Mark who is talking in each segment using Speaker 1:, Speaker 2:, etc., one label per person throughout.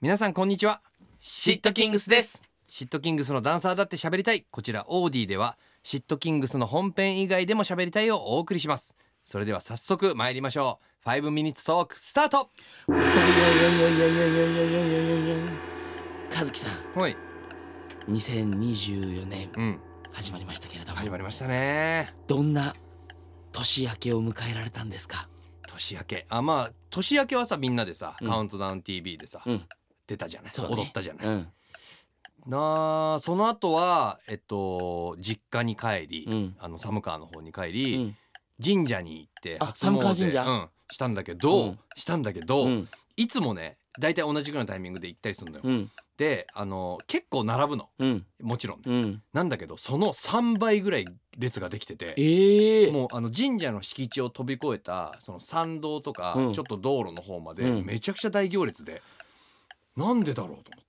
Speaker 1: 皆さんこんにちは
Speaker 2: シットキングスです
Speaker 1: シットキングスのダンサーだって喋りたいこちらオーディではシットキングスの本編以外でも喋りたいをお送りしますそれでは早速参りましょう5ミニッツトークスタート
Speaker 2: 和樹さ
Speaker 1: はい
Speaker 2: ん2024年
Speaker 1: うん
Speaker 2: 始まりましたけれども
Speaker 1: 始まりましたね
Speaker 2: どんな年明けを迎えられたんですか
Speaker 1: 年明けあまあ年明けはさみんなでさ、
Speaker 2: うん
Speaker 1: カウントダウン TV でさ、
Speaker 2: うん
Speaker 1: 出たじゃない、
Speaker 2: そうね
Speaker 1: 踊ったじゃない、
Speaker 2: うん
Speaker 1: なあその後はえっと実家に帰り、
Speaker 2: うん
Speaker 1: あの寒川の方に帰
Speaker 2: う
Speaker 1: り、
Speaker 2: ん
Speaker 1: 神社に行って
Speaker 2: あ
Speaker 1: 初
Speaker 2: 寒川
Speaker 1: 詣
Speaker 2: 神社
Speaker 1: うん、したんだけど、
Speaker 2: うん
Speaker 1: したんだけど、
Speaker 2: うん
Speaker 1: いつもね大体同じぐらいのタイミングで行ったりするのよ、
Speaker 2: うん
Speaker 1: であの結構並ぶの
Speaker 2: うん
Speaker 1: もちろんね、
Speaker 2: うん
Speaker 1: なんだけどその3倍ぐらい列ができてて
Speaker 2: ええ
Speaker 1: もうあの神社の敷地を飛び越えたその参道とか、
Speaker 2: うん
Speaker 1: ちょっと道路の方まで
Speaker 2: うん
Speaker 1: めちゃくちゃ大行列で、なんでだろうと思って。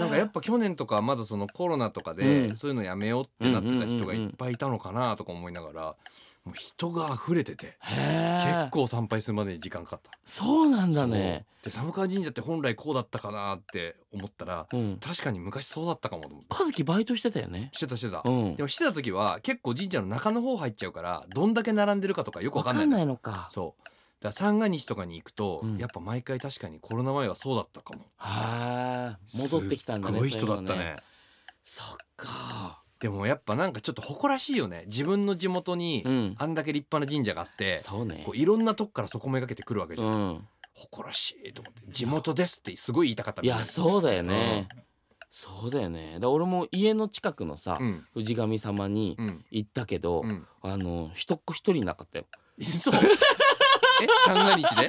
Speaker 1: なんかやっぱ去年とかまだそのコロナとかで
Speaker 2: うん
Speaker 1: そういうのやめようってなってた人
Speaker 2: うんうんう
Speaker 1: が
Speaker 2: んうん
Speaker 1: いっぱいいたのかなとか思いながらもう人が溢れてて
Speaker 2: ぱ
Speaker 1: 結構参拝するまでに時間かかった。
Speaker 2: そうなんだね
Speaker 1: そうで寒川神社って本来こうだったかなって思ったら
Speaker 2: うん
Speaker 1: 確かに昔そうだったかもと思って
Speaker 2: 和樹バイトしてたよね
Speaker 1: してたしてた
Speaker 2: う。ん
Speaker 1: でもしてた時は結構神社の中の方入っちゃうからどんだけ並んでるかとかよくわか
Speaker 2: わか
Speaker 1: んない
Speaker 2: ん
Speaker 1: の
Speaker 2: な
Speaker 1: よ
Speaker 2: いのか
Speaker 1: そうだから三が日とかに行くと、
Speaker 2: うん
Speaker 1: やっぱ毎回確かにコロナ前はそうだったかも
Speaker 2: はあ戻ってきたんだね
Speaker 1: すっごい人だった
Speaker 2: そう
Speaker 1: ね
Speaker 2: うのそっか
Speaker 1: でもやっぱなんかちょっと誇らしいよね自分の地元に
Speaker 2: うん
Speaker 1: あんだけ立派な神社があって、
Speaker 2: そうね
Speaker 1: こういろんなとこからそこめがけてくるわけじゃ、
Speaker 2: うんん
Speaker 1: 誇らしいと思って地元ですってすごい言いたかった
Speaker 2: い
Speaker 1: みた
Speaker 2: やそうだよね
Speaker 1: う
Speaker 2: そうだよねだ俺も家の近くのさ
Speaker 1: うん
Speaker 2: 氏神様に
Speaker 1: うん
Speaker 2: 行ったけど
Speaker 1: うん
Speaker 2: あの一っ子一人いなかったよ
Speaker 1: そうえ三が日で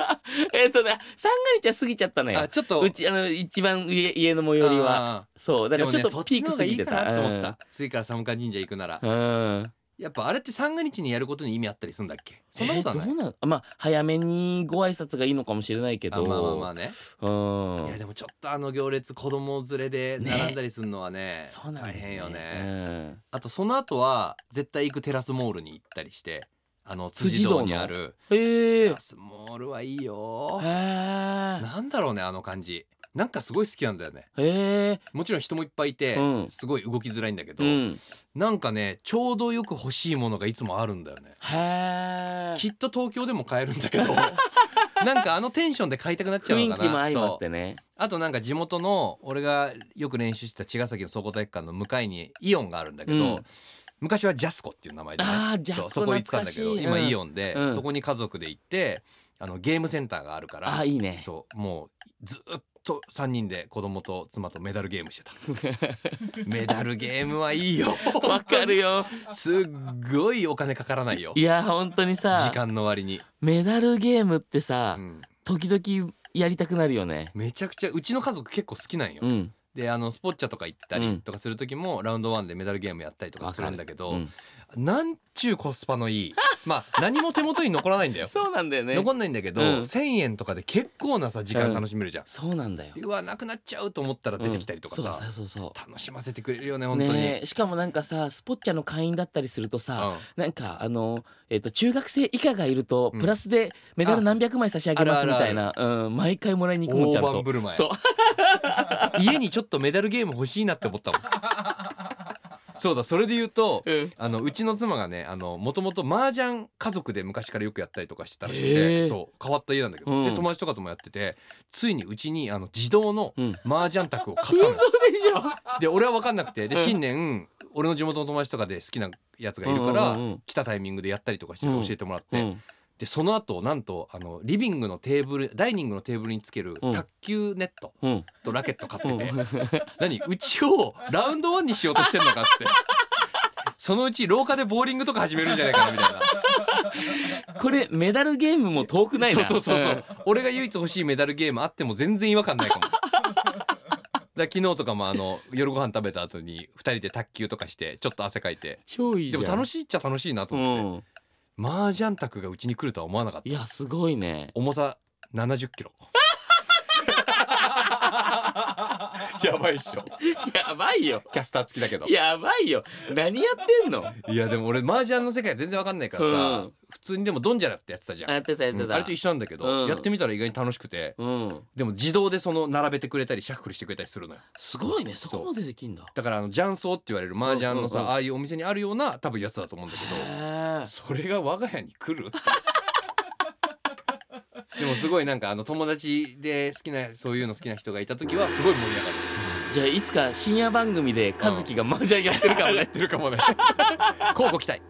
Speaker 2: えっとね三が日は過ぎちゃったの
Speaker 1: あ
Speaker 2: よ
Speaker 1: ちょっと
Speaker 2: うちあの一番上家の最寄りは
Speaker 1: あ
Speaker 2: そう
Speaker 1: ー
Speaker 2: だからちょ
Speaker 1: でもね
Speaker 2: っ
Speaker 1: そ
Speaker 2: と
Speaker 1: っ
Speaker 2: ピ
Speaker 1: ち
Speaker 2: ー
Speaker 1: の方
Speaker 2: ク過
Speaker 1: がい
Speaker 2: ぎ
Speaker 1: い
Speaker 2: て
Speaker 1: かな
Speaker 2: た
Speaker 1: と思った次から寒川神社行くなら
Speaker 2: うんうん
Speaker 1: やっぱあれって三が日にやることに意味あったりするんだっけそんなことはない、
Speaker 2: えーどうのまあ早めにご挨拶がいいのかもしれないけ
Speaker 1: あ
Speaker 2: ど
Speaker 1: まあまあまあね、
Speaker 2: うん
Speaker 1: いやでもちょっとあの行列子供連れで並んだりするのはね
Speaker 2: そうなん
Speaker 1: 大
Speaker 2: ですね
Speaker 1: 変よね、
Speaker 2: うん
Speaker 1: あとその後は絶対行くテラスモールに行ったりしてあの辻
Speaker 2: 辻堂
Speaker 1: 堂
Speaker 2: の
Speaker 1: にある
Speaker 2: へ
Speaker 1: テ
Speaker 2: え
Speaker 1: ラスモールはいいよ
Speaker 2: へ
Speaker 1: なんだろうねあの感じなんかすごい好きなんだよね
Speaker 2: えへえ
Speaker 1: もちろん人もいっぱいいて、
Speaker 2: うん
Speaker 1: すごい動きづらいんだけど、
Speaker 2: うん
Speaker 1: なんかねちょうどよく欲しいものがいつもあるんだよね
Speaker 2: へえ
Speaker 1: きっと東京でも買えるんだけ どなんかあのテンションで買いたくなっちゃうの
Speaker 2: 雰
Speaker 1: か
Speaker 2: 囲気も
Speaker 1: な
Speaker 2: 相まっ
Speaker 1: そう
Speaker 2: てね
Speaker 1: あとなんか地元の俺がよく練習してた茅ヶ崎の総合体育館の向かいにイオンがあるんだけど、
Speaker 2: うん
Speaker 1: 昔はジャスコっていう名前で、ね、
Speaker 2: あージャス
Speaker 1: そ
Speaker 2: コ
Speaker 1: うそこ行ってたんだけど
Speaker 2: 懐か
Speaker 1: 今
Speaker 2: しい
Speaker 1: イオンで、
Speaker 2: うん
Speaker 1: そこに家族で行ってあのゲームセンターがあるから
Speaker 2: あーいいね
Speaker 1: そうもうずっと3人で子供と妻とメダルゲームしてた メダルゲームはいいよ
Speaker 2: わかるよ
Speaker 1: すっごいお金かからないよ
Speaker 2: いや本当に
Speaker 1: 時
Speaker 2: さ
Speaker 1: 間の割に、
Speaker 2: メダルゲームって
Speaker 1: う
Speaker 2: さ
Speaker 1: ん、
Speaker 2: 時々やりたくなるよね
Speaker 1: めちゃくちゃうちの家族結構好きなんよ、
Speaker 2: うん
Speaker 1: であのスポッチャとか行った
Speaker 2: う
Speaker 1: り
Speaker 2: ん
Speaker 1: とかする時も、ラウンドワンでメダルゲームやったりとかするんだけど、
Speaker 2: うん
Speaker 1: なんちゅうコスパのいいま あ何も手元に残らないんだよ
Speaker 2: そうなんだよね
Speaker 1: 残んないんだけど、
Speaker 2: うん
Speaker 1: 1,000円とかで結構なさ時間楽しめるじゃん、
Speaker 2: そうなんだよ
Speaker 1: でうわなくなっちゃうと思ったら出てきたりとか
Speaker 2: うん
Speaker 1: さ、
Speaker 2: そうそうそうそう
Speaker 1: 楽しませてくれるよね本当に、
Speaker 2: ねえしかもなんかさスポッチャの会員だったりするとさ、なんかあの、えっと中学生以下がいると
Speaker 1: うん
Speaker 2: プラスでメダル何百枚差し上げま
Speaker 1: あ
Speaker 2: すみたいな、うん、毎回もらいに行く
Speaker 1: うん、
Speaker 2: もんちゃ
Speaker 1: 大
Speaker 2: ん
Speaker 1: 盤
Speaker 2: と
Speaker 1: 振る舞い
Speaker 2: そう
Speaker 1: 家にちょっとメダルゲーム欲しいなって思ったもんそうだそれで言うと
Speaker 2: うん
Speaker 1: あのうちの妻がねもともと麻雀家族で昔からよくやったりとかしてたらしくて
Speaker 2: へー
Speaker 1: そう変わった家なんだけど、
Speaker 2: うん
Speaker 1: で友達とかともやっててついにうちにあの自動の
Speaker 2: うん
Speaker 1: 麻雀卓を買っ
Speaker 2: 嘘
Speaker 1: たの
Speaker 2: でしょ
Speaker 1: で俺は分かんなくてで
Speaker 2: うん
Speaker 1: 新年俺の地元の友達とかで好きなやつがいるか
Speaker 2: うんうんう
Speaker 1: ら
Speaker 2: ん
Speaker 1: 来たタイミングでやったりとかして
Speaker 2: うん
Speaker 1: 教えてもらっ
Speaker 2: う
Speaker 1: て
Speaker 2: ん
Speaker 1: でその後なんとあのリビングのテーブルダイニングのテーブルにつける
Speaker 2: うん
Speaker 1: 卓球ネット
Speaker 2: うん
Speaker 1: とラケット買
Speaker 2: う
Speaker 1: っ
Speaker 2: ん
Speaker 1: てて何うちをラウンドワンにしようとしてんのかっつってそのうち廊下でボーリングとか始めるんじゃないかなみたいな。
Speaker 2: これメダルゲームも遠くないな
Speaker 1: そうそうそうそう、俺が唯一欲しいメダルゲームあっても全然違和感ないかもだから昨日とかもあの夜ご飯食べた後に2人で卓球とかしてちょっと汗かいて
Speaker 2: 超いいじ
Speaker 1: で
Speaker 2: ゃん
Speaker 1: も楽
Speaker 2: し
Speaker 1: しいっちゃ楽しいなと思って、
Speaker 2: う
Speaker 1: 麻雀卓がうちに来るとは思わなかった
Speaker 2: ん、いやすごいね
Speaker 1: 重さ7 0キロ やばいっしょ
Speaker 2: やばい よ
Speaker 1: キャスター付きだけど
Speaker 2: やばいよ何やってんの
Speaker 1: いやでも俺麻雀の世界全然わかんないからさ、
Speaker 2: うん
Speaker 1: 普通にでもドンジャラってやってたじゃん
Speaker 2: あやってたやっ
Speaker 1: う
Speaker 2: て
Speaker 1: ん
Speaker 2: た、
Speaker 1: あれと一緒なんだけど、
Speaker 2: うん
Speaker 1: やってみたら意外に楽しくて
Speaker 2: うん、
Speaker 1: でも自動でその並べてくれたりシャッフルしてくれたりするのよ
Speaker 2: すごいねそこまでできんだ
Speaker 1: だからあの雀荘って言われる麻雀のさ、
Speaker 2: うんうんうん
Speaker 1: ああいうお店にあるような多分やつだと思うんだけど
Speaker 2: へえ
Speaker 1: それが我が家に来るってでもすごいなんかあの友達で好きなそういうの好きな人がいた時はすごい盛り上がる
Speaker 2: じゃあいつか深夜番組で和樹が麻雀やってるかも
Speaker 1: やっ
Speaker 2: ね、
Speaker 1: てるかもね交互期待